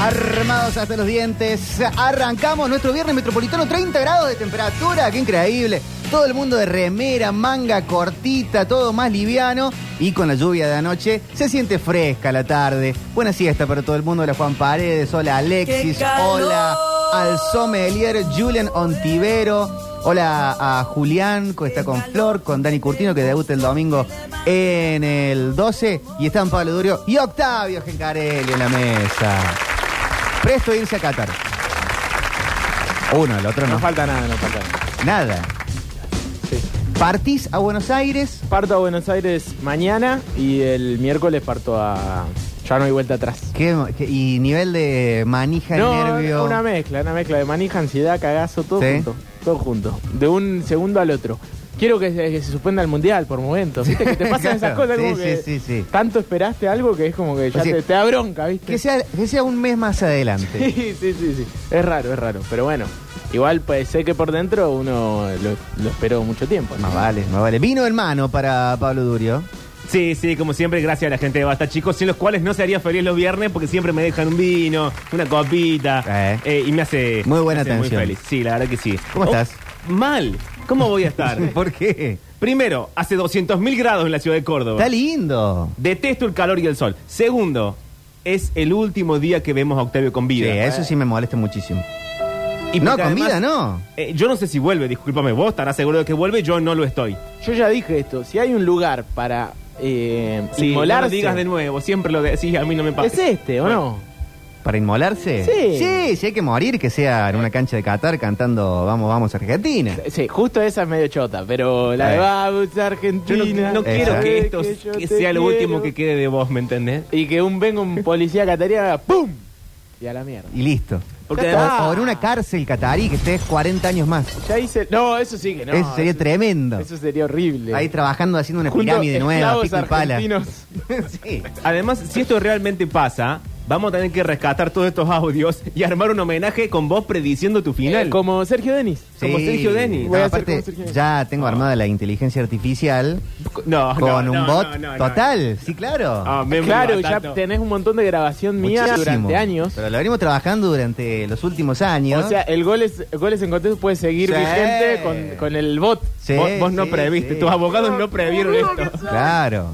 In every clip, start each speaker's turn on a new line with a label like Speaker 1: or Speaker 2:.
Speaker 1: Armados hasta los dientes, arrancamos nuestro viernes metropolitano, 30 grados de temperatura, qué increíble. Todo el mundo de remera, manga cortita, todo más liviano. Y con la lluvia de anoche se siente fresca la tarde. Buena siesta para todo el mundo. Hola Juan Paredes, hola Alexis,
Speaker 2: ¡Qué calor!
Speaker 1: hola al sommelier Julian Ontivero. Hola a Julián, que está con Flor, con Dani Curtino, que debuta el domingo en el 12. Y están Pablo Durio y Octavio Gencarelli en la mesa. Presto a irse a Qatar. Uno, el otro no.
Speaker 3: No falta nada, no falta nada.
Speaker 1: Nada.
Speaker 3: Sí.
Speaker 1: Partís a Buenos Aires.
Speaker 3: Parto a Buenos Aires mañana y el miércoles parto a. Ya no hay vuelta atrás.
Speaker 1: ¿Qué- qué- y nivel de manija,
Speaker 3: No,
Speaker 1: nervio.
Speaker 3: una mezcla, una mezcla de manija, ansiedad, cagazo, todo
Speaker 1: Sí.
Speaker 3: junto. Todo junto. De un segundo al otro. Quiero que se, que se suspenda el mundial por momentos. ¿Viste que te pasan esas
Speaker 1: Claro.
Speaker 3: cosas? como
Speaker 1: Sí,
Speaker 3: que
Speaker 1: sí, sí, sí.
Speaker 3: Tanto esperaste algo que es como que ya
Speaker 1: O sea,
Speaker 3: te, te da bronca, ¿viste?
Speaker 1: Que sea, que sea un mes más adelante.
Speaker 3: Sí, sí, sí, sí. Es raro, es raro. Pero bueno, igual pues, sé que por dentro uno lo, lo esperó mucho tiempo. ¿no?
Speaker 1: Más vale, más vale. Vino en mano para Pablo Durio.
Speaker 4: Sí, sí, como siempre, gracias a la gente de Basta, chicos, sin los cuales no sería feliz los viernes porque siempre me dejan un vino, una copita
Speaker 1: Eh.
Speaker 4: eh, y me hace
Speaker 1: Muy buena
Speaker 4: me hace
Speaker 1: atención.
Speaker 4: feliz. Sí, la verdad que sí. Oh,
Speaker 1: ¿Cómo estás?
Speaker 4: Mal. ¿Cómo voy a estar?
Speaker 1: ¿Por qué?
Speaker 4: Primero, hace 200.000 grados en la ciudad de Córdoba.
Speaker 1: Está lindo.
Speaker 4: Detesto el calor y el sol. Segundo, es el último día que vemos a Octavio con
Speaker 1: Sí,
Speaker 4: vida.
Speaker 3: eh.
Speaker 1: a eso sí me molesta muchísimo.
Speaker 4: Y
Speaker 1: no,
Speaker 4: porque
Speaker 1: con vida
Speaker 4: además,
Speaker 1: no.
Speaker 4: eh, yo no sé si vuelve, discúlpame, vos estarás seguro de que vuelve, yo no lo estoy.
Speaker 3: Yo ya dije esto, si hay un lugar para eh,
Speaker 4: Si
Speaker 3: inmolarse,
Speaker 4: lo digas de nuevo, siempre lo decís, a mí no me pasa.
Speaker 3: ¿Es este o no?
Speaker 1: ¿Para inmolarse?
Speaker 3: Sí.
Speaker 1: Sí, si hay que morir, que sea en una cancha de Qatar cantando Vamos, vamos Argentina.
Speaker 3: Sí, justo esa es medio chota, pero la
Speaker 1: Eh.
Speaker 3: de vamos
Speaker 4: Yo no,
Speaker 3: Argentina.
Speaker 4: no quiero
Speaker 1: Exacto.
Speaker 4: que esto
Speaker 3: Que yo
Speaker 4: que
Speaker 3: te
Speaker 4: sea lo último
Speaker 3: quiero.
Speaker 4: que quede de vos, ¿me entendés?
Speaker 3: Y que un venga un policía cataría haga ¡pum! Y a la mierda.
Speaker 1: Y listo.
Speaker 4: Porque
Speaker 3: Ya
Speaker 4: además,
Speaker 3: está.
Speaker 1: O en una cárcel catarí que estés 40 años más.
Speaker 3: Ya hice. No, eso sí que no.
Speaker 1: Eso sería tremendo.
Speaker 3: Eso sería horrible.
Speaker 4: eh,
Speaker 1: Ahí trabajando haciendo una
Speaker 3: Junto
Speaker 1: pirámide nueva,
Speaker 3: esclavos
Speaker 1: pico y pala.
Speaker 3: argentinos.
Speaker 1: sí.
Speaker 4: además, si esto realmente pasa, vamos a tener que rescatar todos estos audios y armar un homenaje con vos prediciendo tu final.
Speaker 3: Eh, Como Sergio Denis.
Speaker 4: Como
Speaker 1: Sí.
Speaker 4: Sergio Denis.
Speaker 1: No,
Speaker 3: Voy a hacer
Speaker 1: aparte,
Speaker 3: como Sergio Denis.
Speaker 1: ya tengo armada la inteligencia artificial
Speaker 4: no, no,
Speaker 1: con
Speaker 4: no,
Speaker 1: un
Speaker 4: no,
Speaker 1: bot.
Speaker 4: no, no, no.
Speaker 1: Total, sí, claro.
Speaker 4: Ah, me
Speaker 3: Claro,
Speaker 4: mata
Speaker 3: ya
Speaker 4: tanto.
Speaker 3: tenés un montón de grabación mía
Speaker 1: Muchísimo.
Speaker 3: durante años.
Speaker 1: Pero lo venimos trabajando durante los últimos años.
Speaker 3: O sea, el goles, goles en contexto puede seguir
Speaker 1: Sí.
Speaker 3: vigente con, con el bot.
Speaker 1: Sí,
Speaker 4: vos, vos no
Speaker 1: sí,
Speaker 4: previste,
Speaker 1: sí.
Speaker 4: tus abogados no previeron esto.
Speaker 1: Claro.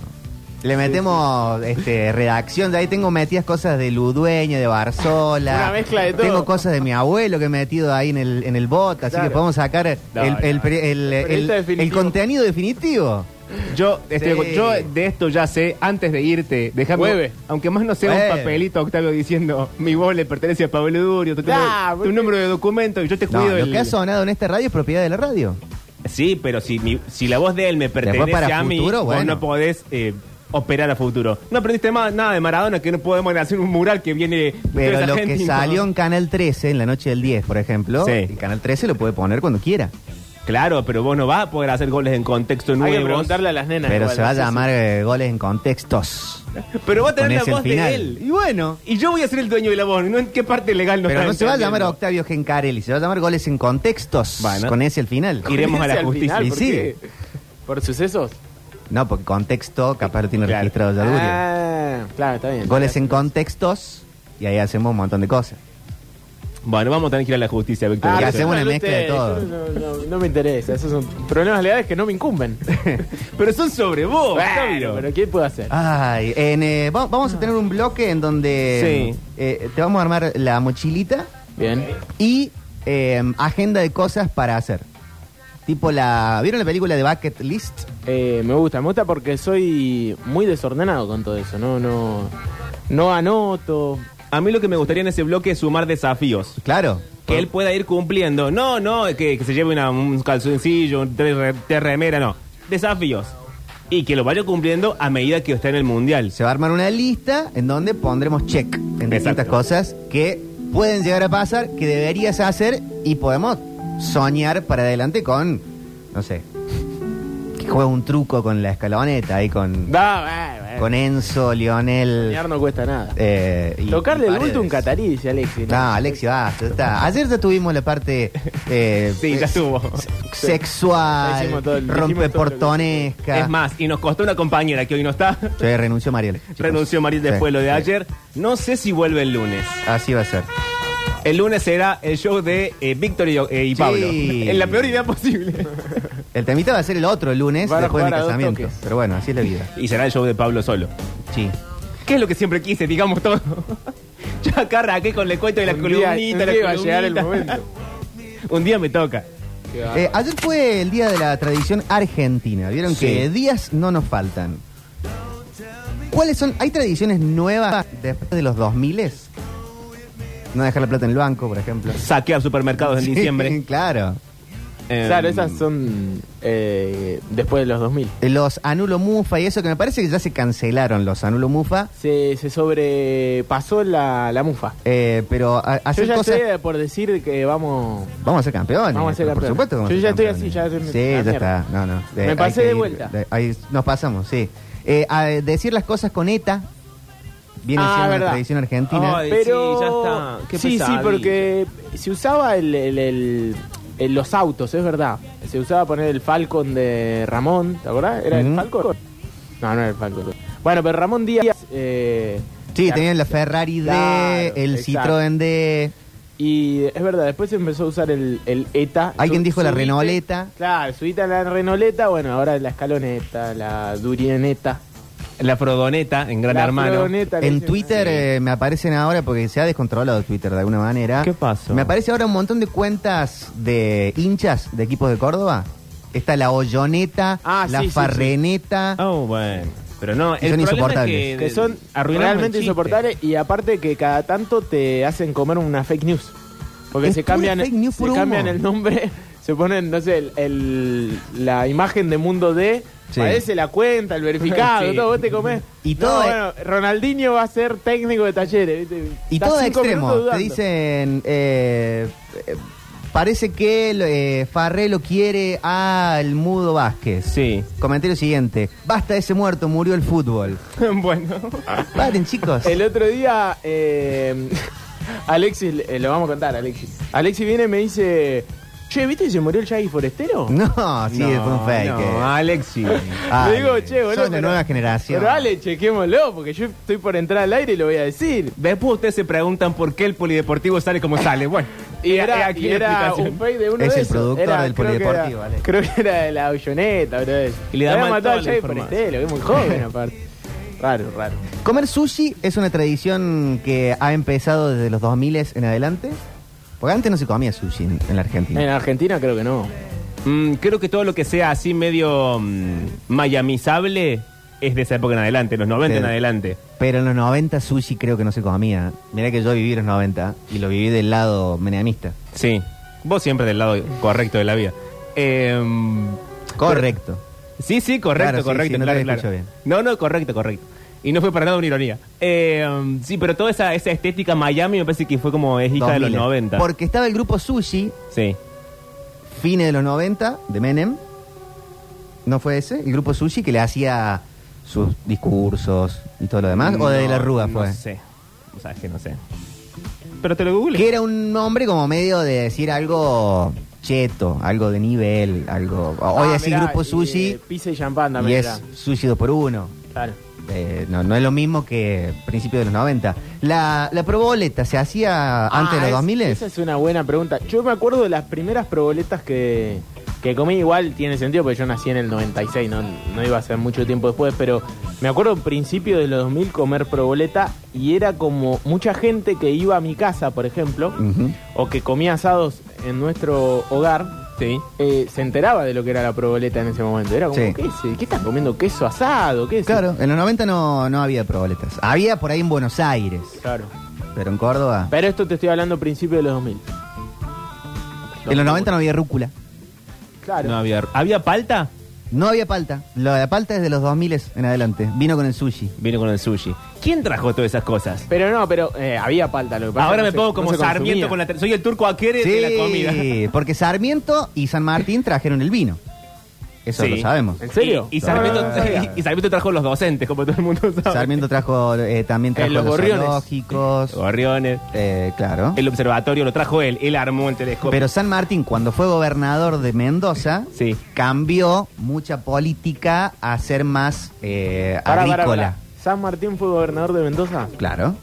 Speaker 1: Le metemos este, redacción, de ahí tengo metidas cosas de Ludueño, de Barzola.
Speaker 3: Una mezcla de todo.
Speaker 1: Tengo cosas de mi abuelo que he metido ahí en el, en el bot, así
Speaker 3: Claro.
Speaker 1: que podemos sacar el,
Speaker 4: No, no.
Speaker 1: el pre- el-
Speaker 3: El
Speaker 1: el-
Speaker 3: periodista
Speaker 1: el
Speaker 3: definitivo.
Speaker 1: contenido definitivo.
Speaker 4: Yo, estoy-
Speaker 1: Sí.
Speaker 4: yo de esto ya sé, antes de irte, déjame,
Speaker 3: Hueve.
Speaker 4: aunque más no sea un
Speaker 1: Hueve.
Speaker 4: papelito, Octavio, diciendo mi voz le pertenece a Pablo Durio, tu,
Speaker 3: Nah,
Speaker 4: tu
Speaker 3: porque-
Speaker 4: número de documento y yo te
Speaker 1: No,
Speaker 4: cuido
Speaker 1: lo
Speaker 4: el-
Speaker 1: que ha sonado en esta radio es propiedad de la radio.
Speaker 4: Sí, pero si, mi- si la voz de él me pertenece
Speaker 1: Después para
Speaker 4: a mí,
Speaker 1: futuro,
Speaker 4: vos
Speaker 1: bueno.
Speaker 4: no podés eh, operar a futuro. No aprendiste más, nada de Maradona, que no podemos hacer un mural que viene... tres
Speaker 1: Pero lo que
Speaker 4: argentinos.
Speaker 1: salió en Canal 13, en la noche del 10, por ejemplo,
Speaker 4: Sí.
Speaker 1: el Canal 13 lo puede poner cuando quiera.
Speaker 4: Claro, pero vos no vas a poder hacer goles en contexto
Speaker 3: Hay
Speaker 4: nuevo.
Speaker 3: que preguntarle a las nenas.
Speaker 1: Pero
Speaker 3: igual,
Speaker 1: se va a
Speaker 3: sí, sí.
Speaker 1: llamar eh, goles en contextos.
Speaker 4: Pero vos
Speaker 1: Ponés
Speaker 4: tenés la
Speaker 1: el
Speaker 4: voz
Speaker 1: final.
Speaker 4: de él.
Speaker 1: Y bueno.
Speaker 4: Y yo voy a ser el dueño de la voz, ¿no? ¿En qué parte legal no
Speaker 1: Pero
Speaker 4: está
Speaker 1: no se va a
Speaker 4: entendiendo?
Speaker 1: llamar a Octavio Gencarelli, se va a llamar goles en contextos.
Speaker 4: Bueno.
Speaker 1: Con ese al final.
Speaker 4: Iremos a la
Speaker 3: Dice al
Speaker 4: justicia.
Speaker 3: final,
Speaker 1: Y
Speaker 3: ¿por
Speaker 1: sí.
Speaker 3: qué? ¿Por sucesos?
Speaker 1: No, porque contexto capaz lo tiene
Speaker 4: Claro.
Speaker 1: registrado ya Durio.
Speaker 3: Ah, claro, está bien.
Speaker 1: Goles en contextos y ahí hacemos un montón de cosas.
Speaker 4: Bueno, vamos a tener que ir a la justicia, Víctor.
Speaker 1: Ah,
Speaker 3: pero
Speaker 1: hacemos una
Speaker 3: háblale
Speaker 1: mezcla de
Speaker 3: ustedes,
Speaker 1: todo.
Speaker 3: yo No, no- no me interesa, esos son problemas legales que no me incumben.
Speaker 4: Pero son sobre vos,
Speaker 3: bueno,
Speaker 4: Octavio.
Speaker 3: pero ¿qué puedo
Speaker 1: Ah.
Speaker 3: hacer?
Speaker 1: Ay, en, eh, va- vamos a tener un bloque en donde
Speaker 4: Sí.
Speaker 1: eh, te vamos a armar la mochilita
Speaker 3: Bien.
Speaker 1: y eh, agenda de cosas para hacer. Tipo la... ¿Vieron la película de Bucket List?
Speaker 3: Eh, me gusta, me gusta porque soy muy desordenado con todo eso. No, no, no anoto.
Speaker 4: A mí lo que me gustaría en ese bloque es sumar desafíos.
Speaker 1: Claro.
Speaker 4: que él pueda ir cumpliendo. No, no, que, que se lleve una- un calzoncillo, un tres re- tres remera, no. Desafíos. Y que lo vaya cumpliendo a medida que está en el mundial.
Speaker 1: Se va a armar una lista en donde pondremos check en distintas
Speaker 4: Exacto.
Speaker 1: cosas que pueden llegar a pasar, que deberías hacer y podemos soñar para adelante con, no sé, que juegue un truco con la escaloneta ahí con,
Speaker 3: Da, eh, eh.
Speaker 1: con Enzo, Lionel.
Speaker 3: Soñar no cuesta nada.
Speaker 1: eh, y-
Speaker 3: Tocarle
Speaker 1: y
Speaker 3: el bulto a un
Speaker 1: Paredes.
Speaker 3: catarí, dice Alexi. ¿no?
Speaker 1: No, Alexi, basta, ya está. Ayer ya tuvimos la parte eh,
Speaker 4: Sí, ya
Speaker 1: eh,
Speaker 4: estuvo.
Speaker 1: sexual,
Speaker 3: Ya hicimos todo, dijimos
Speaker 1: rompeportonesca.
Speaker 4: Es más, y nos costó una compañera que hoy no está.
Speaker 1: Yo renunció Mariel. chicos.
Speaker 4: Renunció María después
Speaker 1: Sí,
Speaker 4: lo de
Speaker 1: sí.
Speaker 4: ayer. No sé si vuelve el lunes.
Speaker 1: Así va a ser.
Speaker 4: El lunes será el show de eh, Víctor y, eh, y
Speaker 1: Sí.
Speaker 4: Pablo. En la peor idea posible.
Speaker 1: El temita va a ser el otro el lunes,
Speaker 3: Van a
Speaker 1: después de mi
Speaker 3: jugar a dos
Speaker 1: casamiento.
Speaker 3: toques.
Speaker 1: Pero bueno, así es la vida.
Speaker 4: y será el show de Pablo solo.
Speaker 1: Sí.
Speaker 4: ¿Qué es lo que siempre quise? Digamos todo. Yo acá arranqué con el cuento de la
Speaker 3: Un día-
Speaker 4: columnita.
Speaker 3: un
Speaker 4: la
Speaker 3: día va a llegar el
Speaker 4: columnita.
Speaker 3: momento.
Speaker 4: un día me toca.
Speaker 3: Qué va.
Speaker 1: Eh, ayer fue el día de la tradición argentina. Vieron
Speaker 4: Sí.
Speaker 1: que días no nos faltan. ¿Cuáles son? ¿Hay tradiciones nuevas después de los 2000? No dejar la plata en el banco, por ejemplo.
Speaker 4: Saquear supermercados en
Speaker 1: Sí,
Speaker 4: diciembre.
Speaker 1: claro. Em.
Speaker 4: Eh,
Speaker 3: Claro, esas son eh, después de los 2000.
Speaker 1: Los anulo mufa y eso que me parece que ya se cancelaron los anulo mufa.
Speaker 3: Se, se sobrepasó la, la mufa.
Speaker 1: eh, pero a-
Speaker 3: Yo
Speaker 1: hacer
Speaker 3: ya
Speaker 1: cosas.
Speaker 3: estoy eh, por decir que vamos...
Speaker 1: Vamos a ser campeones.
Speaker 3: Vamos a ser
Speaker 1: pero
Speaker 3: campeones.
Speaker 1: Por supuesto. que vamos a
Speaker 3: Yo
Speaker 1: ser
Speaker 3: ya estoy
Speaker 1: campeones.
Speaker 3: así, ya es mi-
Speaker 1: Sí,
Speaker 3: la
Speaker 1: ya
Speaker 3: mierda.
Speaker 1: está. No, no. Eh,
Speaker 3: Me
Speaker 1: hay
Speaker 3: pasé
Speaker 1: que
Speaker 3: de
Speaker 1: ir-
Speaker 3: vuelta.
Speaker 1: de- ahí nos pasamos, sí. Eh, a decir las cosas con ETA viene
Speaker 3: Ah,
Speaker 1: siendo una
Speaker 3: verdad.
Speaker 1: tradición argentina.
Speaker 4: Ay,
Speaker 3: Pero
Speaker 4: Ah, sí, ya está. Qué
Speaker 3: sí, sí,
Speaker 4: pesadilla.
Speaker 3: porque se usaba el, el- el- el- los autos, es verdad. Se usaba poner el Falcon de Ramón, ¿te acordás? ¿Era
Speaker 1: Ujú.
Speaker 3: el Falcon? No, no era el Falcon. Bueno, pero Ramón Díaz... eh,
Speaker 1: sí,
Speaker 3: era-
Speaker 1: tenían la Ferrari D,
Speaker 3: Claro,
Speaker 1: el
Speaker 3: exacto.
Speaker 1: Citroën D.
Speaker 3: Y es verdad, después se empezó a usar el, el ETA.
Speaker 1: Alguien dijo la
Speaker 3: subiste-
Speaker 1: renoleta.
Speaker 3: Claro, subiste a la renoleta, bueno, ahora la escaloneta, la durieneta.
Speaker 4: La Frodoneta en Gran
Speaker 3: la
Speaker 4: Hermano.
Speaker 3: frodoneta, le
Speaker 1: En
Speaker 3: dicen.
Speaker 1: Twitter
Speaker 3: Sí.
Speaker 1: eh, me aparecen ahora porque se ha descontrolado Twitter de alguna manera.
Speaker 4: ¿Qué pasó?
Speaker 1: Me aparece ahora un montón de cuentas de hinchas de equipos de Córdoba. Está la Hoyoneta,
Speaker 3: Ah,
Speaker 1: la
Speaker 3: sí, Ah, sí, sí.
Speaker 1: Farreneta.
Speaker 4: Oh, bueno. Pero no,
Speaker 1: Que son
Speaker 4: problema es
Speaker 1: insoportables.
Speaker 3: que son
Speaker 4: arruinamos el
Speaker 3: realmente
Speaker 4: chiste.
Speaker 3: insoportables y aparte que cada tanto te hacen comer una fake news. Porque
Speaker 1: Es
Speaker 3: se
Speaker 1: pura
Speaker 3: cambian,
Speaker 1: fake news,
Speaker 3: se
Speaker 1: puro humo.
Speaker 3: cambian el nombre, se ponen, no sé, el- el- la imagen de Mundo D,
Speaker 1: Sí.
Speaker 3: parece la cuenta, el verificado,
Speaker 4: Sí.
Speaker 3: todo, vos te comés.
Speaker 1: Y
Speaker 3: No,
Speaker 1: todo es-
Speaker 3: bueno, Ronaldinho va a ser técnico de talleres, ¿viste?
Speaker 1: Y
Speaker 3: Está
Speaker 1: todo
Speaker 3: cinco
Speaker 1: extremo.
Speaker 3: minutos
Speaker 1: Te
Speaker 3: dudando.
Speaker 1: dicen, eh, eh, parece que eh, Farré lo quiere al Mudo Vázquez.
Speaker 4: Sí.
Speaker 1: Comentario siguiente. Basta ese muerto, murió el fútbol.
Speaker 4: bueno.
Speaker 1: Paren, chicos.
Speaker 3: El otro día, eh, Alexis, eh, lo vamos a contar, Alexis. Alexis viene y me dice, che, ¿viste que se murió el Shaggy Forestero?
Speaker 1: No, sí, fue un fake. eh.
Speaker 4: No, Alexi.
Speaker 1: Ah,
Speaker 3: Le digo, che, boludo.
Speaker 1: Son de
Speaker 3: pero-
Speaker 1: nueva generación.
Speaker 3: Pero dale, chequémoslo, porque yo estoy por entrar al aire y lo voy a decir.
Speaker 4: Después ustedes se preguntan por qué el polideportivo sale como sale. Bueno, eh,
Speaker 3: Y era,
Speaker 4: aquí
Speaker 3: y
Speaker 4: la
Speaker 3: era
Speaker 4: explicación.
Speaker 3: un fake de uno
Speaker 1: Es
Speaker 3: de
Speaker 1: el
Speaker 3: esos.
Speaker 1: productor
Speaker 3: Era-
Speaker 1: del
Speaker 3: creo que era-
Speaker 1: Polideportivo, Ale.
Speaker 3: Creo que era de la Olloneta, bro.
Speaker 4: Y le da
Speaker 3: Había
Speaker 4: mal
Speaker 3: matado
Speaker 4: toda
Speaker 3: a
Speaker 4: la
Speaker 3: Jay
Speaker 4: información.
Speaker 3: Forestero, que es muy joven aparte. Raro, raro.
Speaker 1: Comer sushi es una tradición que ha empezado desde los 2000 en adelante. Porque antes no se comía sushi en, en la Argentina.
Speaker 3: En Argentina creo que no.
Speaker 4: Mm, creo que todo lo que sea así medio mm, miamizable es de esa época en adelante, los 90 en
Speaker 1: Sí.
Speaker 4: adelante.
Speaker 1: Pero en los 90 sushi creo que no se comía. Mirá que yo viví los 90 y lo viví del lado menemista.
Speaker 4: Sí. Vos siempre del lado correcto de la vida. Em,
Speaker 1: Correcto.
Speaker 4: sí, sí, correcto,
Speaker 1: Claro, sí,
Speaker 4: correcto,
Speaker 1: sí, no te
Speaker 4: claro,
Speaker 1: escucho
Speaker 4: claro.
Speaker 1: bien.
Speaker 4: No, no, correcto, correcto. Y no fue para nada una ironía. Em, sí, pero toda esa, esa estética Miami me parece que fue como es hija de los
Speaker 1: 2000.
Speaker 4: 90.
Speaker 1: Porque estaba el grupo sushi,
Speaker 4: Sí.
Speaker 1: fines de los 90, de Menem. ¿No fue ese? El grupo sushi que le hacía sus discursos y todo lo demás. ¿O de
Speaker 4: No,
Speaker 1: la Rúa
Speaker 4: no
Speaker 1: fue?
Speaker 4: sé. O sea, es que no sé. Pero te lo google.
Speaker 1: Que era un hombre como medio de decir algo cheto, algo de nivel, algo... Hoy
Speaker 3: Ah,
Speaker 1: así
Speaker 3: mirá,
Speaker 1: grupo
Speaker 3: y,
Speaker 1: sushi
Speaker 3: eh, pizza y champán
Speaker 1: y
Speaker 3: también.
Speaker 1: es
Speaker 3: era.
Speaker 1: sushi 2 por 1
Speaker 3: Claro.
Speaker 1: Eh, no, no es lo mismo que principios de los 90. La, la proboleta se hacía antes de los
Speaker 3: Ah, es-
Speaker 1: 2000?
Speaker 3: Esa es una buena pregunta. Yo me acuerdo de las primeras proboletas que, que comí. Igual tiene sentido porque yo nací en el 96, no, no iba a ser mucho tiempo después. Pero me acuerdo en principio de los 2000 comer proboleta y era como mucha gente que iba a mi casa, por ejemplo,
Speaker 1: Ujú.
Speaker 3: o que comía asados en nuestro hogar.
Speaker 4: Sí.
Speaker 3: eh, se enteraba de lo que era la proboleta en ese momento. Era como,
Speaker 1: Sí.
Speaker 3: ¿qué, es? ¿qué estás comiendo? ¿Queso asado? ¿Qué es?
Speaker 1: Claro, en los 90 no, no había proboletas. Había por ahí en Buenos Aires,
Speaker 3: Claro.
Speaker 1: pero en Córdoba.
Speaker 3: Pero esto te estoy hablando principio de los 2000.
Speaker 1: En los 90 no había rúcula.
Speaker 3: Claro.
Speaker 4: No había, ¿Había palta?
Speaker 1: No había palta. La de palta es de los 2000 en adelante. Vino con el sushi.
Speaker 4: Vino con el sushi. ¿Quién trajo todas esas cosas?
Speaker 3: Pero no, pero eh, había palta. Lo que pasa
Speaker 4: Ahora
Speaker 3: es
Speaker 4: me
Speaker 3: que no
Speaker 4: pongo
Speaker 3: se-
Speaker 4: como
Speaker 3: no se consumía.
Speaker 4: Sarmiento con la... tra- Soy el turco aquere de la comida.
Speaker 1: Sí, porque Sarmiento y San Martín trajeron el vino. Eso
Speaker 4: Sí.
Speaker 1: lo sabemos. Ah.
Speaker 3: ¿En serio?
Speaker 4: Y, y Sarmiento,
Speaker 3: No, no sabía.
Speaker 4: y Sarmiento trajo los docentes, como todo el mundo sabe.
Speaker 1: Sarmiento trajo, eh, también trajo
Speaker 3: Eh, los
Speaker 1: los
Speaker 3: gorriones.
Speaker 1: zoológicos.
Speaker 4: Gorriones.
Speaker 1: eh, claro.
Speaker 4: El observatorio lo trajo él. Él armó el telescopio.
Speaker 1: Pero San Martín, cuando fue gobernador de Mendoza,
Speaker 4: Sí.
Speaker 1: cambió mucha política a ser más eh,
Speaker 3: Pará, pará,
Speaker 1: agrícola.
Speaker 3: pará. ¿San Martín fue gobernador de Mendoza?
Speaker 1: Claro.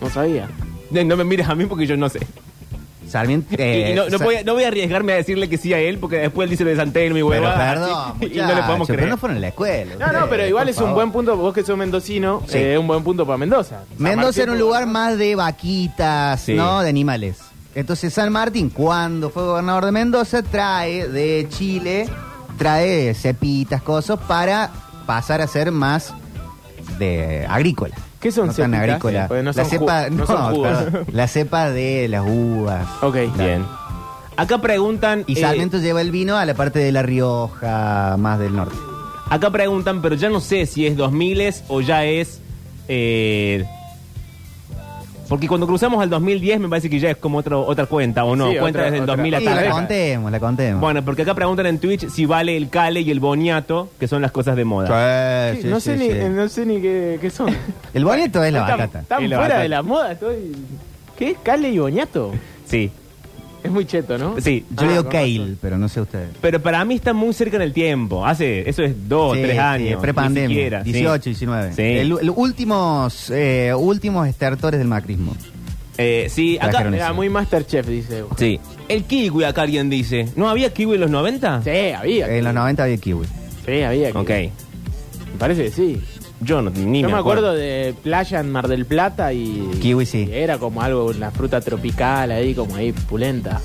Speaker 3: No sabía.
Speaker 4: No, no me mires a mí porque yo no sé.
Speaker 1: Sarmiento. eh,
Speaker 4: Y- y no, no
Speaker 1: Sa-
Speaker 4: voy a, no voy a arriesgarme a decirle que sí a él porque después él dice lo de Santelmo y
Speaker 1: Pero
Speaker 4: huevada.
Speaker 1: perdón,
Speaker 4: y, no le podemos
Speaker 1: muchacho, pero
Speaker 4: creer.
Speaker 1: no fueron a la escuela.
Speaker 3: No, no, pero
Speaker 1: ustedes,
Speaker 3: igual
Speaker 1: por
Speaker 3: es un
Speaker 1: favor.
Speaker 3: buen punto, vos que sos mendocino,
Speaker 1: Sí.
Speaker 3: eh, un buen punto para Mendoza. San
Speaker 1: Mendoza
Speaker 3: Martín
Speaker 1: era un
Speaker 3: fue
Speaker 1: lugar
Speaker 3: gobernador.
Speaker 1: más de vaquitas,
Speaker 4: Sí.
Speaker 1: ¿no? De animales. Entonces San Martín, cuando fue gobernador de Mendoza, trae de Chile, trae cepitas, cosas, para pasar a ser más de agrícola.
Speaker 3: ¿Qué son
Speaker 1: no tan
Speaker 3: cepitas?
Speaker 1: agrícola.
Speaker 3: Sí, porque no
Speaker 1: la
Speaker 3: son
Speaker 1: cepa,
Speaker 3: ju-
Speaker 1: no,
Speaker 3: no son jugos.
Speaker 1: perdón, la cepa de las uvas.
Speaker 3: Ok.
Speaker 4: Bien. Acá preguntan.
Speaker 1: Y
Speaker 4: eh,
Speaker 1: Sarmiento lleva el vino a la parte de La Rioja, más del norte.
Speaker 4: acá preguntan, pero ya no sé si es 2000 o ya es. eh, porque cuando cruzamos al 2010 me parece que ya es como otro, otra cuenta o no.
Speaker 3: Sí,
Speaker 4: cuenta
Speaker 3: otra-
Speaker 4: desde el
Speaker 3: otra-
Speaker 1: Y
Speaker 4: 2000
Speaker 1: la,
Speaker 3: La
Speaker 4: hasta acá.
Speaker 1: contemos, la contemos.
Speaker 4: Bueno, porque acá preguntan en Twitch si vale el cale y el boniato, que son las cosas de moda.
Speaker 1: Sí,
Speaker 3: Sí,
Speaker 1: sí,
Speaker 3: no,
Speaker 1: sí,
Speaker 3: sé ni,
Speaker 1: sí.
Speaker 3: eh, no sé ni qué, qué son.
Speaker 1: El bonito es la
Speaker 3: Tan-
Speaker 1: batata.
Speaker 3: Tan
Speaker 4: Es la
Speaker 3: fuera
Speaker 4: batata.
Speaker 3: de la moda estoy. ¿Qué? ¿Cale y Boñato?
Speaker 4: Sí,
Speaker 3: Es muy cheto, ¿no?
Speaker 4: sí.
Speaker 1: Yo le
Speaker 3: Ah,
Speaker 1: digo
Speaker 3: con
Speaker 1: Kale,
Speaker 3: razón.
Speaker 1: pero no sé ustedes.
Speaker 4: Pero para mí está muy cerca en el tiempo. Hace, eso es dos,
Speaker 1: Sí,
Speaker 4: Oh, tres
Speaker 1: sí,
Speaker 4: años.
Speaker 1: Prepandemia.
Speaker 4: ni siquiera, sí.
Speaker 1: 18, 19.
Speaker 4: Sí.
Speaker 1: El, el últimos, eh, últimos estertores del macrismo.
Speaker 4: Eh, sí, acá.
Speaker 1: Trajeron
Speaker 3: Era
Speaker 1: eso.
Speaker 3: muy Masterchef, dice.
Speaker 4: Sí. El kiwi, acá alguien dice. ¿No había kiwi en los 90?
Speaker 3: Sí, había.
Speaker 1: En los 90 había kiwi.
Speaker 3: Sí, había.
Speaker 4: Ok.
Speaker 3: Me parece que sí.
Speaker 4: Yo no, ni
Speaker 3: Yo me acuerdo de playa en Mar del Plata y.
Speaker 1: Kiwi, sí.
Speaker 3: y era como algo, una fruta tropical ahí, como ahí, pulenta.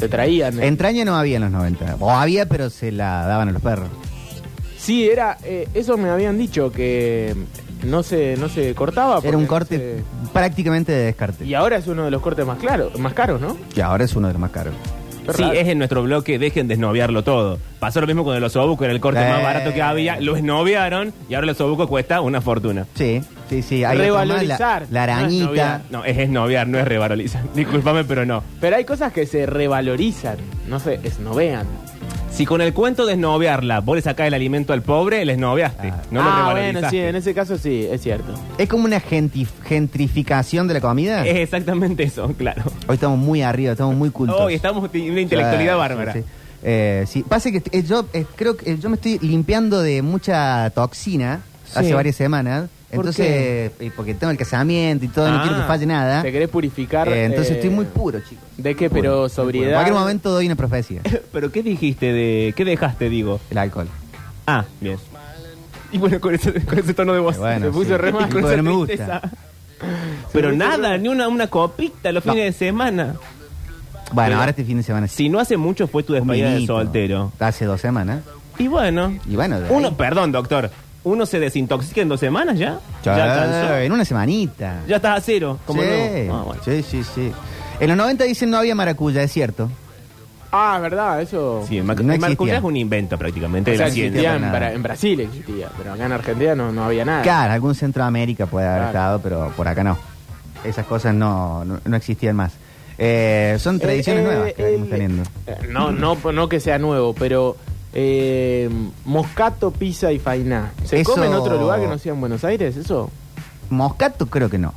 Speaker 3: Te traían. eh.
Speaker 1: Entraña no había en los 90. O había, pero se la daban a los perros.
Speaker 3: Sí, era. eh, eso me habían dicho que no se, no se cortaba. porque
Speaker 1: Era un
Speaker 3: no
Speaker 1: corte
Speaker 3: se-
Speaker 1: prácticamente de descarte.
Speaker 3: Y ahora es uno de los cortes más claros, más caros, ¿no?
Speaker 1: Que ahora es uno de los más caros.
Speaker 3: Qué
Speaker 4: Sí,
Speaker 3: raro.
Speaker 4: es en nuestro bloque, dejen de esnoviarlo todo. Pasó lo mismo con el osobuco, era el corte
Speaker 1: Eh.
Speaker 4: más barato que había, lo esnoviaron y ahora el osobuco cuesta una fortuna.
Speaker 1: Sí, sí, sí. Hay otro más, la,
Speaker 3: Revalorizar.
Speaker 1: la
Speaker 3: No es
Speaker 1: arañita.
Speaker 3: novedad.
Speaker 4: No, es esnoviar, no es revalorizar. Disculpame, pero no.
Speaker 3: Pero hay cosas que se revalorizan, no se esnovean.
Speaker 4: Si con el cuento de esnoviarla vos le sacás el alimento al pobre, le esnoviaste. No lo
Speaker 3: ah,
Speaker 4: revalorizaste.
Speaker 3: bueno, sí, en ese caso sí, es cierto.
Speaker 1: es como una gentif- gentrificación de la comida.
Speaker 4: Es exactamente eso, claro.
Speaker 1: Hoy estamos muy arriba, estamos muy cultos.
Speaker 4: Hoy estamos en una intelectualidad
Speaker 1: Sí,
Speaker 4: bárbara.
Speaker 1: Sí, sí. Eh, sí. pasa que eh, yo eh, creo que eh, yo me estoy limpiando de mucha toxina
Speaker 3: Sí.
Speaker 1: hace varias semanas.
Speaker 3: ¿Por
Speaker 1: entonces, eh, porque tengo el casamiento y todo, no
Speaker 4: Ah,
Speaker 1: quiero que falle nada.
Speaker 3: Te querés purificar.
Speaker 1: Eh, entonces
Speaker 3: eh,
Speaker 1: estoy muy puro, chicos.
Speaker 3: ¿De qué? Pero
Speaker 1: En
Speaker 3: sobriedad.
Speaker 1: cualquier momento doy una profecía.
Speaker 4: Pero ¿qué dijiste de... ¿Qué dejaste, digo?
Speaker 1: El alcohol.
Speaker 4: Ah, bien. Y bueno, con ese, con ese tono de voz.
Speaker 1: Eh, bueno,
Speaker 4: se puso
Speaker 1: sí.
Speaker 4: re mal, con
Speaker 1: Porque
Speaker 4: esa
Speaker 1: no me
Speaker 4: tristeza. Pero nada, ni una, una copita los
Speaker 1: No.
Speaker 4: fines de semana.
Speaker 1: Bueno,
Speaker 4: Pero-
Speaker 1: ahora este fin de semana sí.
Speaker 4: Si no hace mucho fue tu
Speaker 1: Un
Speaker 4: despedida de
Speaker 1: vinito.
Speaker 4: soltero.
Speaker 1: Hace dos semanas.
Speaker 4: Y bueno,
Speaker 1: Y bueno, de ahí-
Speaker 4: uno, perdón, doctor. Uno se desintoxica en dos semanas ya.
Speaker 1: Ya,
Speaker 4: Ya alcanzó.
Speaker 1: Ah, en una semanita.
Speaker 4: Ya estás a cero. Como
Speaker 1: sí.
Speaker 4: nuevo. Ah, bueno.
Speaker 1: sí, sí, sí. En los 90 dicen no había maracuya, es cierto.
Speaker 3: Ah, es verdad, eso.
Speaker 4: Sí, el mac-
Speaker 1: No
Speaker 4: el maracuyá
Speaker 1: existía.
Speaker 4: es un invento prácticamente
Speaker 3: O
Speaker 4: de
Speaker 3: sea,
Speaker 4: la ciencia.
Speaker 3: existía
Speaker 1: para
Speaker 3: en,
Speaker 1: nada.
Speaker 3: Bra- en Brasil existía, pero acá en Argentina no, no había nada.
Speaker 1: Claro, algún Centroamérica puede haber
Speaker 3: Ah. Claro.
Speaker 1: estado, pero por acá no. Esas cosas no, no, no existían más. Eh, son
Speaker 3: Eh,
Speaker 1: tradiciones
Speaker 3: eh,
Speaker 1: nuevas que
Speaker 3: el-
Speaker 1: venimos teniendo.
Speaker 3: Eh, No, no, no que sea nuevo, pero eh, moscato, pizza y fainá. ¿Se
Speaker 1: Eso-
Speaker 3: come en otro lugar que no sea en Buenos Aires eso?
Speaker 1: Moscato creo que no.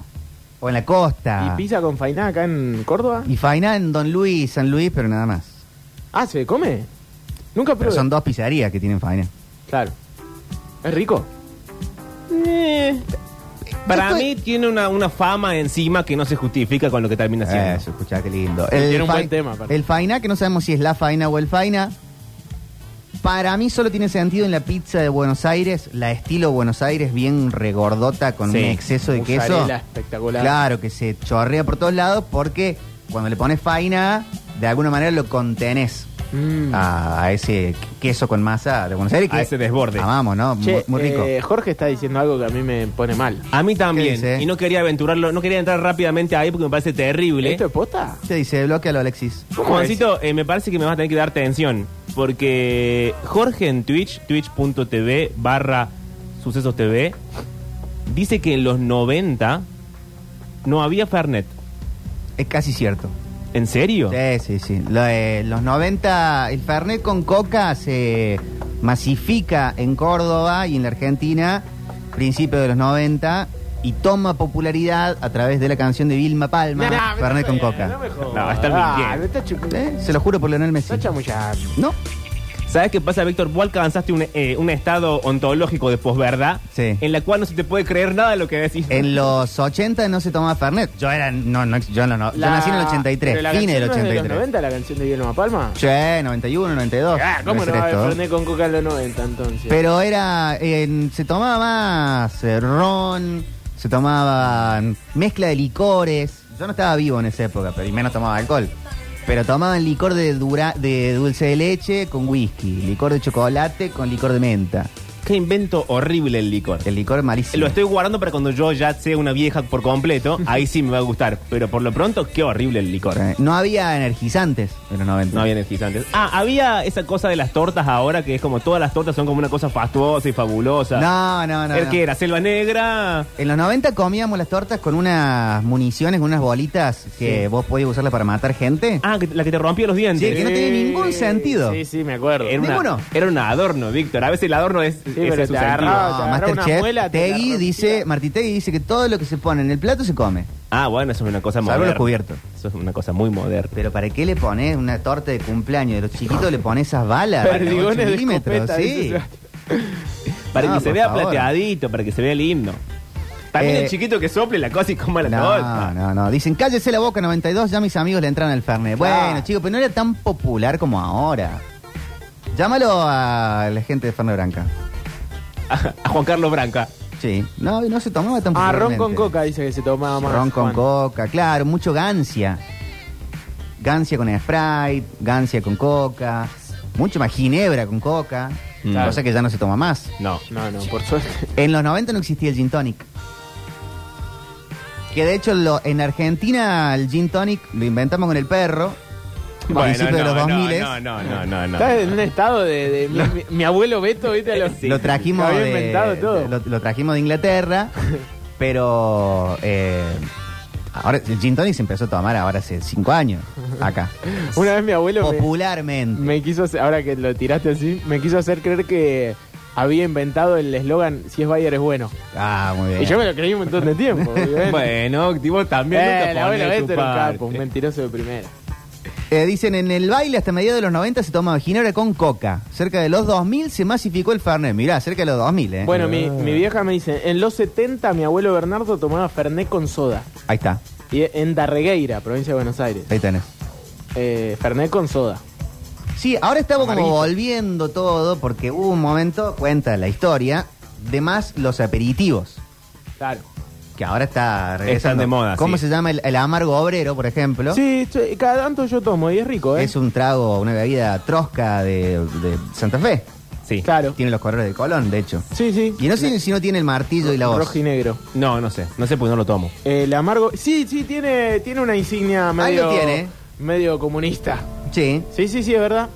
Speaker 1: O en la costa.
Speaker 3: ¿Y pizza con fainá acá en Córdoba?
Speaker 1: Ah. Y faina en Don Luis, San Luis, pero nada más.
Speaker 3: Ah, ¿se come? Nunca probé.
Speaker 1: Pero son dos pizzerías que tienen faina.
Speaker 3: Claro. ¿Es rico?
Speaker 4: Eh, para
Speaker 1: Yo estoy-
Speaker 4: mí tiene una, una fama encima que no se justifica con lo que termina siendo.
Speaker 1: Eso, escuchá, qué lindo.
Speaker 3: Tiene un
Speaker 1: fai-
Speaker 3: buen tema, aparte.
Speaker 1: el faina, que no sabemos si es la faina o el faina, para mí solo tiene sentido en la pizza de Buenos Aires, la estilo Buenos Aires, bien regordota, con
Speaker 4: Sí,
Speaker 1: un exceso de queso.
Speaker 3: Mozzarella espectacular.
Speaker 1: Claro, que se chorrea por todos lados porque cuando le pones faina, de alguna manera lo contenés.
Speaker 3: Mm.
Speaker 1: a, a ese queso con masa de Buenos Aires.
Speaker 4: A ese desborde.
Speaker 1: Amamos, ¿no?
Speaker 3: Che,
Speaker 1: muy, muy rico.
Speaker 3: eh, Jorge está diciendo algo que a mí me pone mal.
Speaker 4: A mí
Speaker 1: ¿Qué
Speaker 4: también.
Speaker 1: dice?
Speaker 4: Y no quería aventurarlo, no quería entrar rápidamente ahí porque me parece terrible.
Speaker 3: ¿Esto es posta?
Speaker 1: Te dice, bloquealo, Alexis.
Speaker 4: Juancito, eh, me parece que me vas a tener que dar tensión. Porque Jorge en Twitch, twitch.tv barra sucesos TV, dice que en los 90 no había Fernet.
Speaker 1: Es casi cierto.
Speaker 4: ¿En serio?
Speaker 1: Sí, sí, sí. Lo de los 90, el Fernet con coca se masifica en Córdoba y en la Argentina, principio de los 90, y toma popularidad a través de la canción de Vilma Palma,
Speaker 3: Nah, me-
Speaker 1: Fernet con
Speaker 3: no me-
Speaker 1: coca.
Speaker 3: No, me jodas.
Speaker 4: No, está bien.
Speaker 3: Ah, me está chup-
Speaker 1: Eh, Se lo juro por Leonel Messi.
Speaker 3: está chamullando.
Speaker 1: ¿No?
Speaker 4: ¿Sabes qué pasa, Víctor? Vos alcanzaste un, eh, un estado ontológico de posverdad
Speaker 1: Sí.
Speaker 4: en la cual no se te puede creer nada de lo que decís.
Speaker 1: En los 80 no se tomaba Fernet. Yo era, no, no, yo no, no. Yo
Speaker 3: La-
Speaker 1: nací en el
Speaker 3: pero
Speaker 1: 83,
Speaker 3: la
Speaker 1: fines del
Speaker 3: canción no es
Speaker 1: 83.
Speaker 3: de los 90 la canción de Guillermo Palma?
Speaker 1: Che, 91, 92.
Speaker 3: Ah, ¿Cómo no
Speaker 1: debe
Speaker 3: va
Speaker 1: ser
Speaker 3: a haber
Speaker 1: esto.
Speaker 3: Fernet con Coca en los 90 entonces?
Speaker 1: Pero era. en- se tomaba más eh, ron, se tomaba mezcla de licores. Yo no estaba vivo en esa época, pero y menos tomaba alcohol. Pero tomaban licor de, dura, de dulce de leche con whisky, licor de chocolate con licor de menta.
Speaker 4: Qué invento horrible el licor.
Speaker 1: El licor es malísimo.
Speaker 4: Lo estoy guardando para cuando yo ya sea una vieja por completo. Ahí sí me va a gustar. Pero por lo pronto, qué horrible el licor.
Speaker 1: Eh, No había energizantes en los 90.
Speaker 4: No había energizantes. Ah, había esa cosa de las tortas ahora que es como todas las tortas son como una cosa fastuosa y fabulosa.
Speaker 1: No, no, no.
Speaker 4: ¿El
Speaker 1: no.
Speaker 4: que era? ¿Selva Negra?
Speaker 1: En los 90 comíamos las tortas con unas municiones, con unas bolitas que vos podías usarlas para matar gente.
Speaker 4: Ah, que- la que te rompió los dientes.
Speaker 1: Sí, que no tiene ningún sentido.
Speaker 3: Sí, sí, me acuerdo.
Speaker 4: era, una,
Speaker 1: ninguno.
Speaker 4: era un adorno, Víctor. A veces el adorno es, ese
Speaker 3: pero
Speaker 4: es su
Speaker 3: te
Speaker 4: sentido.
Speaker 3: agarraba- Ah, te agarra una
Speaker 1: Masterchef,
Speaker 3: muela, te la
Speaker 1: Tegui
Speaker 3: rompía.
Speaker 1: dice, Martí Tegui dice que todo lo que se pone en el plato se come.
Speaker 4: Ah, bueno, eso es una cosa
Speaker 1: Salvo
Speaker 4: moderna.
Speaker 1: los cubiertos.
Speaker 4: Eso es una cosa muy moderna.
Speaker 1: Pero ¿para qué le pones una torta de cumpleaños de los chiquitos? ¿Le pones esas balas? de
Speaker 3: Perdigones
Speaker 1: 8
Speaker 3: de
Speaker 1: milímetros,
Speaker 3: escopeta, dice
Speaker 1: sí.
Speaker 3: Sebastián.
Speaker 4: Para
Speaker 1: No,
Speaker 4: que se
Speaker 1: por
Speaker 4: vea
Speaker 1: favor.
Speaker 4: plateadito, para que se vea el himno. También
Speaker 1: Eh,
Speaker 4: el chiquito que sople la cosa y coma la
Speaker 1: No,
Speaker 4: torta.
Speaker 1: no, no. Dicen, cállese la boca 92, ya mis amigos le entran al Fernet. Bueno,
Speaker 3: Claro.
Speaker 1: chicos, pero no era tan popular como ahora. Llámalo a la gente de Fernet Branca.
Speaker 4: A Juan Carlos Branca.
Speaker 1: Sí. No, no se tomaba tan
Speaker 3: Ah, ron con
Speaker 1: popularmente.
Speaker 3: Coca dice que se tomaba más.
Speaker 1: Ron con
Speaker 3: Juan.
Speaker 1: coca, claro, mucho gancia. Gancia con Sprite, gancia con coca, mucho más ginebra con coca,
Speaker 4: Mm. Claro.
Speaker 1: cosa que ya no se toma más.
Speaker 4: No.
Speaker 3: No, no, por suerte.
Speaker 1: En los 90 no existía el gin tonic. Que de hecho lo- en Argentina el gin tonic lo inventamos con el perro. A principios de los 2000
Speaker 4: no, no, no, no, no.
Speaker 3: Estás en un estado de. de- mi, mi- mi abuelo Beto, ¿viste? Lo,
Speaker 1: lo trajimos
Speaker 3: lo había
Speaker 1: de,
Speaker 3: inventado todo.
Speaker 1: de- lo, lo trajimos de Inglaterra, pero eh, ahora el gin tonic se empezó a tomar ahora hace cinco años acá.
Speaker 3: Una vez mi abuelo. me-
Speaker 1: Popularmente.
Speaker 3: Me quiso hacer, ahora que lo tiraste así, me quiso hacer creer que había inventado el eslogan si es Bayer es bueno.
Speaker 1: Ah, muy bien.
Speaker 3: Y yo me lo creí un montón de tiempo. obviamente.
Speaker 4: Bueno, tipo también
Speaker 3: Eh,
Speaker 4: nunca
Speaker 3: el abuelo
Speaker 4: ponés
Speaker 3: Beto
Speaker 4: tu
Speaker 3: era un
Speaker 4: parte.
Speaker 3: capo, un mentiroso de primera.
Speaker 1: Eh, dicen, en el baile hasta mediados de los 90 se tomaba ginebra con coca. Cerca de los 2000 se masificó el Fernet. Mirá, cerca de los 2000, ¿eh?
Speaker 3: Bueno, mi, mi vieja me dice, en los 70 mi abuelo Bernardo tomaba Fernet con soda.
Speaker 1: Ahí está,
Speaker 3: Y en Darregueira, provincia de Buenos Aires.
Speaker 1: ahí tenés.
Speaker 3: Eh, Fernet con soda.
Speaker 1: Sí, ahora estamos como
Speaker 3: Amarillo.
Speaker 1: volviendo todo porque hubo un momento, cuenta la historia, de más los aperitivos,
Speaker 3: Claro.
Speaker 1: que ahora está regresando.
Speaker 4: de moda,
Speaker 1: ¿Cómo
Speaker 4: sí.
Speaker 1: se llama el, el amargo obrero, por ejemplo?
Speaker 3: Sí, yo- cada tanto yo tomo y es rico, ¿eh?
Speaker 1: Es un trago, una bebida trosca de, de Santa Fe.
Speaker 4: Sí.
Speaker 3: Claro.
Speaker 1: Tiene los colores de Colón, de hecho.
Speaker 3: Sí, sí.
Speaker 1: Y no sé si no tiene el martillo y la voz.
Speaker 3: Rojo y negro.
Speaker 4: No, no sé. No sé porque no lo tomo.
Speaker 3: El amargo. Sí, sí, tiene, tiene una insignia medio.
Speaker 1: Algo tiene.
Speaker 3: Medio comunista.
Speaker 1: Sí.
Speaker 3: Sí, sí, sí, es verdad.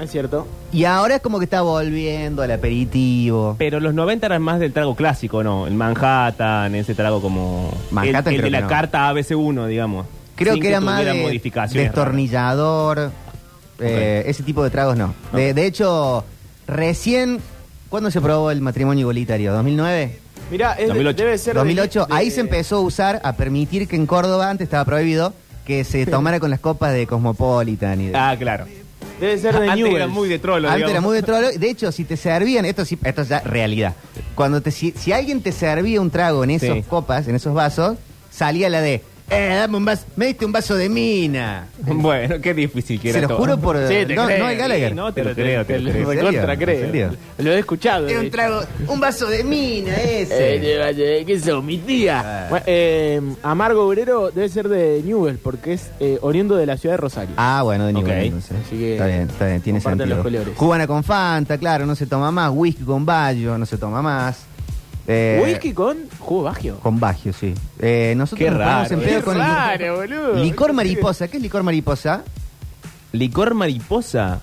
Speaker 3: Es cierto.
Speaker 1: Y ahora es como que está volviendo al aperitivo.
Speaker 4: Pero los 90 eran más del trago clásico, ¿no? El Manhattan, ese trago como...
Speaker 1: Manhattan
Speaker 4: el, el
Speaker 1: creo
Speaker 4: de
Speaker 1: que
Speaker 4: la
Speaker 1: no.
Speaker 4: carta ABC1, digamos.
Speaker 1: Creo
Speaker 4: Sin
Speaker 1: que era más
Speaker 4: tuviera
Speaker 1: de
Speaker 4: modificaciones
Speaker 1: destornillador, eh, ese tipo de tragos no. De, de hecho, recién, ¿cuándo se probó el matrimonio igualitario? ¿2009?
Speaker 3: Mirá, es de-
Speaker 4: 2008.
Speaker 3: debe ser. de-
Speaker 1: 2008,
Speaker 3: de-
Speaker 1: ahí se empezó a usar, a permitir que en Córdoba, antes estaba prohibido, que se tomara con las copas de Cosmopolitan y de...
Speaker 4: raras. Ah, claro.
Speaker 3: Debe ser de
Speaker 4: Antes era
Speaker 3: Newell's.
Speaker 4: muy de trolo,
Speaker 1: Antes era
Speaker 4: digamos.
Speaker 1: muy de trolo. De hecho, si te servían, esto sí, esto es ya realidad. Cuando te, si, si alguien te servía un trago en esas
Speaker 4: Sí.
Speaker 1: copas, en esos vasos, salía la de Eh, dame un vaso. Me diste un vaso de mina.
Speaker 4: Bueno, qué difícil que era
Speaker 1: Se lo
Speaker 4: todo.
Speaker 1: juro por.
Speaker 3: Sí, te
Speaker 1: no,
Speaker 3: creo.
Speaker 1: no hay Gallagher.
Speaker 4: Sí, no, te lo creo, te lo creo.
Speaker 1: ¿En
Speaker 3: recontra
Speaker 1: serio?
Speaker 3: creo.
Speaker 1: ¿En serio?
Speaker 3: Lo he escuchado. eh,
Speaker 1: Era
Speaker 3: de
Speaker 1: un
Speaker 3: hecho.
Speaker 1: trago. Un vaso de mina
Speaker 3: Eh,
Speaker 1: ese.
Speaker 3: lleva- lleva- ¿Qué son, mi tía?
Speaker 1: Ah.
Speaker 3: Bueno, eh, Amargo Obrero debe ser de Newell, porque es eh, oriundo de la ciudad de Rosario.
Speaker 1: Ah, bueno, de nivel,
Speaker 4: Ok.
Speaker 1: entonces.
Speaker 3: Así que
Speaker 1: está bien, está bien, tiene
Speaker 3: comparten
Speaker 1: sentido.
Speaker 3: los colores.
Speaker 1: Cubana con Fanta, claro, no se toma más. Whisky con Baggio, no se toma más. Eh,
Speaker 3: Whisky con jugo bagio.
Speaker 1: con Baggio, sí. Eh, nosotros
Speaker 4: Qué
Speaker 1: nos ponemos
Speaker 4: raro, eh.
Speaker 1: en pedo
Speaker 4: qué
Speaker 1: con el-
Speaker 3: raro, boludo.
Speaker 1: Licor mariposa. ¿Qué es licor mariposa?
Speaker 4: Licor mariposa.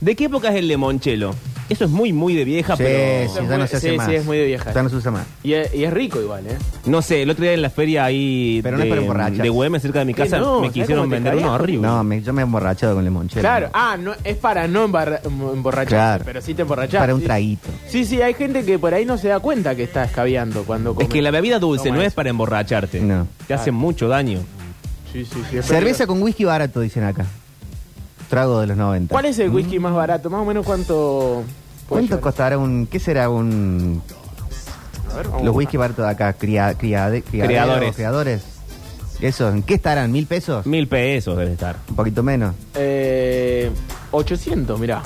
Speaker 4: ¿De qué época es el limonchelo? Eso es muy, muy de vieja,
Speaker 1: sí,
Speaker 4: pero.
Speaker 1: sí, ya no se hace
Speaker 3: Sí, sí,
Speaker 1: más.
Speaker 3: es muy de vieja.
Speaker 1: Ya no se usa más.
Speaker 3: Y es, y es rico igual, ¿eh?
Speaker 4: No sé, el otro día en la feria ahí
Speaker 1: Pero no es para
Speaker 4: de,
Speaker 1: borrachas.
Speaker 4: de UEM, cerca de mi
Speaker 3: ¿Qué
Speaker 4: casa,
Speaker 3: no?
Speaker 4: me
Speaker 3: ¿Sabes
Speaker 4: quisieron
Speaker 3: cómo te
Speaker 4: vender uno
Speaker 3: caías?
Speaker 4: horrible.
Speaker 1: No, me- yo me he emborrachado con limonchelo.
Speaker 3: Claro. Ah, no, es para no embarra- emborracharte,
Speaker 1: Claro.
Speaker 3: pero sí te emborrachas.
Speaker 1: Para un
Speaker 3: sí.
Speaker 1: traguito.
Speaker 3: Sí, sí, hay gente que por ahí no se da cuenta que está escabeando cuando come.
Speaker 4: Es que la bebida dulce
Speaker 3: Toma
Speaker 4: no es
Speaker 3: eso.
Speaker 4: para emborracharte.
Speaker 1: No.
Speaker 4: Te hace mucho daño.
Speaker 3: Sí, sí, sí, es
Speaker 1: Cerveza
Speaker 3: peligroso.
Speaker 1: con whisky barato, dicen acá. Trago de los 90.
Speaker 3: ¿Cuál es el whisky más barato? Más o menos cuánto... puede
Speaker 1: ¿Cuánto
Speaker 3: llevar?
Speaker 1: costará un. ¿Qué será un.
Speaker 3: A ver,
Speaker 1: Los
Speaker 3: vamos
Speaker 1: whisky baratos de acá? Cria, criade- criadero,
Speaker 4: Criadores.
Speaker 1: Criadores. ¿Esos? ¿En qué estarán? ¿Mil pesos?
Speaker 4: Mil pesos debe estar.
Speaker 1: Un poquito menos.
Speaker 3: a- Eh, 800, mirá.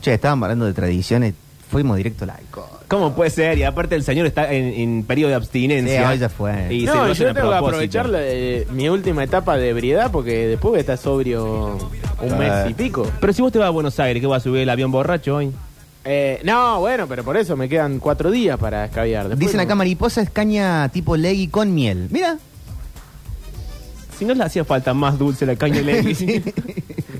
Speaker 1: Che, estaban hablando de tradiciones. Fuimos directo al alcohol.
Speaker 4: ¿Cómo puede ser? Y aparte el señor está en, en periodo de abstinencia.
Speaker 1: Sí, hoy ya fue.
Speaker 4: Y se lo
Speaker 3: no,
Speaker 4: hacen
Speaker 3: yo tengo que
Speaker 4: a propósito.
Speaker 3: aprovechar la- eh, mi última etapa de ebriedad porque después voy a estar sobrio un
Speaker 1: Ah.
Speaker 3: mes y pico.
Speaker 4: Pero si vos te vas a Buenos Aires, que vas a subir el avión borracho hoy.
Speaker 3: Eh, no, bueno, pero por eso me quedan cuatro días para escabear. Después
Speaker 1: Dicen
Speaker 3: no-
Speaker 1: acá mariposa es caña tipo leggy con miel. Mira.
Speaker 4: Si no le hacía falta más dulce la caña Lady.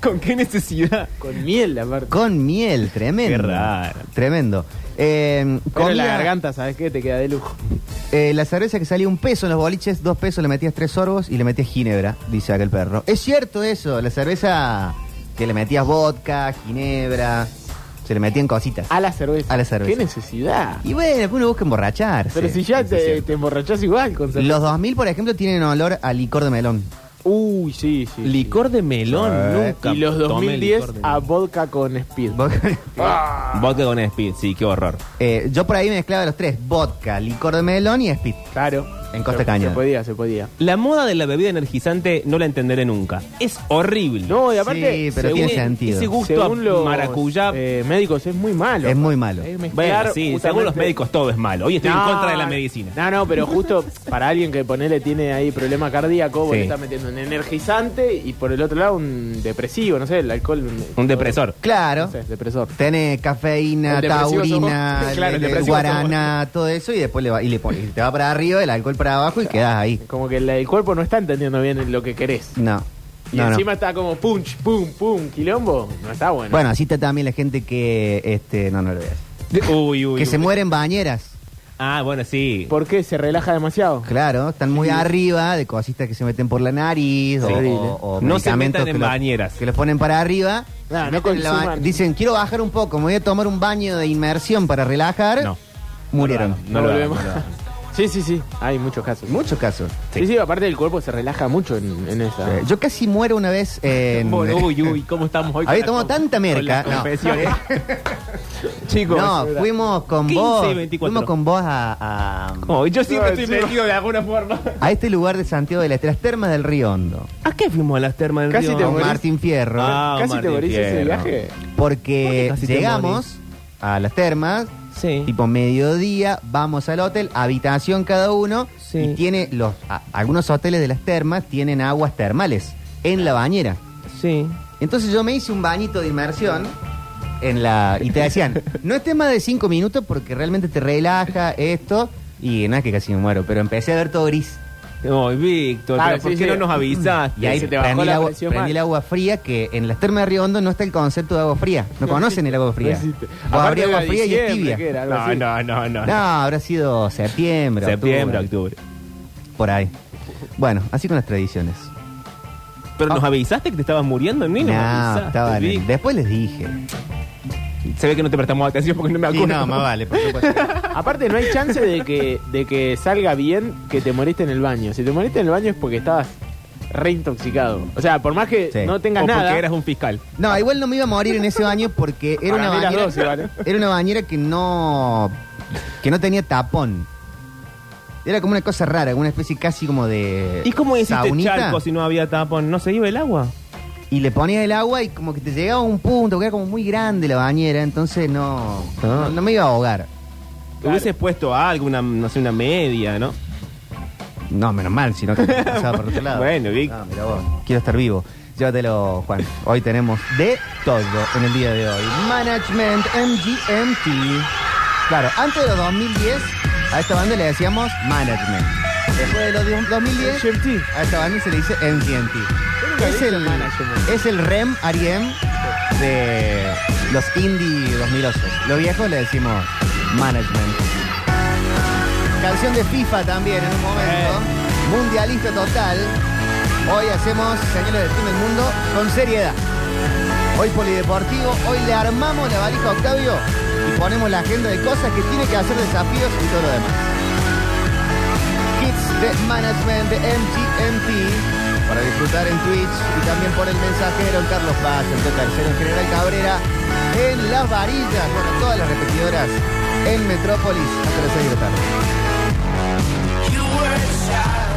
Speaker 4: ¿Con qué necesidad?
Speaker 3: Con miel, aparte.
Speaker 1: Con miel, tremendo.
Speaker 4: Qué raro.
Speaker 1: Tremendo. Eh,
Speaker 3: Pero
Speaker 1: comida-
Speaker 3: la garganta, ¿sabes qué? Te queda de lujo.
Speaker 1: eh, la cerveza que salía un peso en los boliches, dos pesos, le metías tres sorbos y le metías ginebra, dice aquel perro. Es cierto eso, la cerveza que le metías vodka, ginebra, se le metían cositas.
Speaker 3: A la cerveza.
Speaker 1: A la cerveza.
Speaker 3: ¿Qué necesidad?
Speaker 1: Y bueno, que uno busca emborracharse.
Speaker 3: Pero si ya
Speaker 1: Eso es
Speaker 3: te,
Speaker 1: cierto.
Speaker 3: te emborrachás igual con cerveza.
Speaker 1: Los 2000, por ejemplo, tienen olor a licor de melón.
Speaker 3: Uy, sí, sí. sí.
Speaker 4: Licor de melón,
Speaker 1: Sí.
Speaker 4: nunca.
Speaker 3: Y los
Speaker 4: tomé
Speaker 3: 2010
Speaker 4: licor de
Speaker 3: a
Speaker 4: melón.
Speaker 3: vodka con speed. ah.
Speaker 4: Vodka con speed, sí, qué horror.
Speaker 1: Eh, yo por ahí mezclaba los tres, vodka, licor de melón y speed.
Speaker 3: Claro.
Speaker 1: En Costa
Speaker 3: Se-
Speaker 1: Caña.
Speaker 3: Se podía, se podía.
Speaker 4: La moda de la bebida energizante no la entenderé nunca. Es horrible.
Speaker 3: No, y aparte,
Speaker 1: Sí, pero
Speaker 3: según-
Speaker 1: tiene sentido.
Speaker 4: ese gusto
Speaker 3: según
Speaker 4: a
Speaker 3: los
Speaker 4: maracuyá.
Speaker 3: eh, médicos es muy malo.
Speaker 1: Es muy malo.
Speaker 3: Es
Speaker 4: bueno,
Speaker 3: mezclar
Speaker 4: sí, según
Speaker 3: justamente-
Speaker 4: los médicos todo es malo. Hoy estoy en
Speaker 3: No,
Speaker 4: contra de la medicina.
Speaker 3: No, no, pero justo para alguien que ponele tiene ahí problema cardíaco, vos
Speaker 4: Sí.
Speaker 3: le estás metiendo un energizante y por el otro lado un depresivo, no sé, el alcohol.
Speaker 4: Un depresor.
Speaker 1: Claro.
Speaker 3: No sé, depresor.
Speaker 1: Tenés cafeína,
Speaker 3: El depresivo
Speaker 1: taurina,
Speaker 3: somos. Claro, el
Speaker 1: el- el
Speaker 3: depresivo
Speaker 1: guaraná, todo eso, y después le va, y le pones- y te va para arriba, el alcohol para abajo y quedás ahí.
Speaker 3: Como que el, el cuerpo no está entendiendo bien lo que querés.
Speaker 1: No.
Speaker 3: Y
Speaker 1: no, no.
Speaker 3: encima está como punch, pum, pum, quilombo. No está bueno.
Speaker 1: Bueno, así está también la gente que. Este, no, no lo veas.
Speaker 4: Uy, uy.
Speaker 1: Que se
Speaker 4: uy.
Speaker 1: mueren bañeras.
Speaker 4: Ah, bueno, sí.
Speaker 3: ¿Por qué se relaja demasiado?
Speaker 1: Claro, están muy arriba de cositas que se meten por la nariz o-
Speaker 4: Sí.
Speaker 1: o, o
Speaker 4: No se
Speaker 1: medicamentos
Speaker 4: metan en
Speaker 1: que lo-
Speaker 4: bañeras.
Speaker 1: que los ponen para arriba.
Speaker 3: No,
Speaker 1: se
Speaker 3: no
Speaker 1: meten en la ba-
Speaker 3: consuman.
Speaker 1: Dicen, quiero bajar un poco, me voy a tomar un baño de inmersión para relajar.
Speaker 4: No.
Speaker 1: Murieron.
Speaker 4: No lo
Speaker 3: volvemos.
Speaker 4: vemos.
Speaker 3: sí, sí, sí. Hay muchos casos.
Speaker 1: Muchos casos.
Speaker 3: Sí, sí, aparte el cuerpo se relaja mucho en, en esa.
Speaker 1: Eh, Yo casi muero una vez en.
Speaker 4: Uy, uy, ¿cómo estamos hoy?
Speaker 1: Había
Speaker 4: con la-
Speaker 1: tomado tanta
Speaker 4: con
Speaker 1: merca,
Speaker 4: las
Speaker 1: no.
Speaker 4: confesiones? Chicos.
Speaker 1: No, fuimos con
Speaker 4: 15 y
Speaker 1: vos.
Speaker 4: 24.
Speaker 1: Fuimos con vos a, a,
Speaker 4: Oh, yo siempre
Speaker 3: No,
Speaker 4: estoy
Speaker 3: chico.
Speaker 4: metido de alguna forma.
Speaker 1: a este lugar de Santiago de la Estrella, las termas del Río Hondo.
Speaker 4: ¿A qué fuimos a las termas del
Speaker 3: Casi
Speaker 4: Río?
Speaker 3: te
Speaker 1: Con
Speaker 3: morís.
Speaker 1: Martín Fierro.
Speaker 4: Ah,
Speaker 3: Casi
Speaker 4: Martín
Speaker 3: te morís ese
Speaker 4: Fierro.
Speaker 3: viaje.
Speaker 1: Porque
Speaker 4: casi te
Speaker 1: llegamos a las termas,
Speaker 4: Sí.
Speaker 1: tipo mediodía, vamos al hotel, habitación cada uno,
Speaker 4: Sí.
Speaker 1: y tiene los a- algunos hoteles de las termas tienen aguas termales en la bañera.
Speaker 4: Sí.
Speaker 1: Entonces yo me hice un bañito de inmersión en la y te decían, no estés más de cinco minutos porque realmente te relaja esto y nada es que casi me muero, pero empecé a ver todo gris.
Speaker 4: No, Víctor,
Speaker 3: Ah,
Speaker 4: pero ¿por
Speaker 3: sí,
Speaker 4: qué
Speaker 3: sí.
Speaker 4: no nos avisaste?
Speaker 1: Y ahí
Speaker 3: se te bajó
Speaker 1: prendí,
Speaker 3: la
Speaker 1: el agua,
Speaker 3: presión
Speaker 1: prendí
Speaker 3: mal.
Speaker 1: el agua fría, que en las termas de Río Hondo no está el concepto de agua fría. No, conocen el agua fría.
Speaker 3: existe.
Speaker 1: O
Speaker 3: Aparte
Speaker 1: habría
Speaker 3: era
Speaker 1: agua fría y es
Speaker 3: diciembre,
Speaker 1: tibia.
Speaker 3: que era algo
Speaker 4: No,
Speaker 3: así.
Speaker 4: no, no, no.
Speaker 1: No, habrá sido septiembre,
Speaker 4: Septiembre,
Speaker 1: octubre,
Speaker 4: octubre.
Speaker 1: por ahí. Bueno, así con las tradiciones.
Speaker 4: Pero
Speaker 1: Ah.
Speaker 4: nos avisaste que te estabas muriendo en mí, no, nos
Speaker 1: no,
Speaker 4: avisaste,
Speaker 1: estaba en el-
Speaker 4: Vic.
Speaker 1: Después les dije.
Speaker 4: Se ve que no te prestamos atención porque no me acuerdo.
Speaker 1: vale, por supuesto.
Speaker 3: Aparte no hay chance de que, de que salga bien que te moriste en el baño. Si te moriste en el baño es porque estabas reintoxicado. O sea, por más que
Speaker 1: Sí.
Speaker 3: no tengas
Speaker 4: o
Speaker 3: nada.
Speaker 4: porque eras un fiscal.
Speaker 1: No, igual no me iba a morir en ese baño porque era
Speaker 3: Para
Speaker 1: una
Speaker 3: mí las
Speaker 1: bañera.
Speaker 3: dos igual, ¿eh?
Speaker 1: Era una bañera que no. que no tenía tapón. Era como una cosa rara, una especie casi como de.
Speaker 4: ¿Y cómo hiciste
Speaker 1: saunita,
Speaker 4: charco si no había tapón? ¿No se iba el agua?
Speaker 1: Y le ponías el agua y como que te llegaba a un punto, que era como muy grande la bañera, entonces no.
Speaker 4: Ah.
Speaker 1: No, no me iba a ahogar.
Speaker 3: Claro.
Speaker 4: Hubieses puesto algo, una, no sé, una media, ¿no?
Speaker 1: No, menos mal, sino que me pasaba por otro lado.
Speaker 4: Bueno, Vic.
Speaker 1: No, mira vos, quiero estar vivo. Llévatelo, Juan. Hoy tenemos de todo en el día de hoy. Management MGMT. Claro, antes de los 2010, a esta banda le decíamos Management. Después de los de- 2010,
Speaker 3: MGMT.
Speaker 1: a esta banda se le dice MGMT.
Speaker 3: nunca
Speaker 1: Es
Speaker 3: vi
Speaker 1: el,
Speaker 3: Management.
Speaker 1: es el REM, Ariem de los indie 2008. Los viejos le decimos Management. Canción de FIFA también en un momento. Mundialista total. Hoy hacemos señales del fin del mundo con seriedad. Hoy polideportivo, hoy le armamos la valija a Octavio y ponemos la agenda de cosas que tiene que hacer desafíos y todo lo demás. Hits de Management de MGMT para disfrutar en Twitch y también por el mensajero en Carlos Paz, en Total Cero, en General Cabrera, en Las Varillas, bueno, todas las repetidoras en Metrópolis hasta las 6 de la tarde.
Speaker 2: You were a child.